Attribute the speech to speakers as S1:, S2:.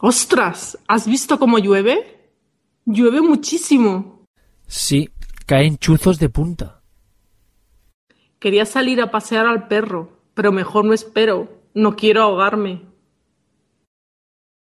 S1: ¡Ostras! ¿Has visto cómo llueve? Llueve muchísimo.
S2: Sí, caen chuzos de punta.
S1: Quería salir a pasear al perro, pero mejor no espero. No quiero ahogarme.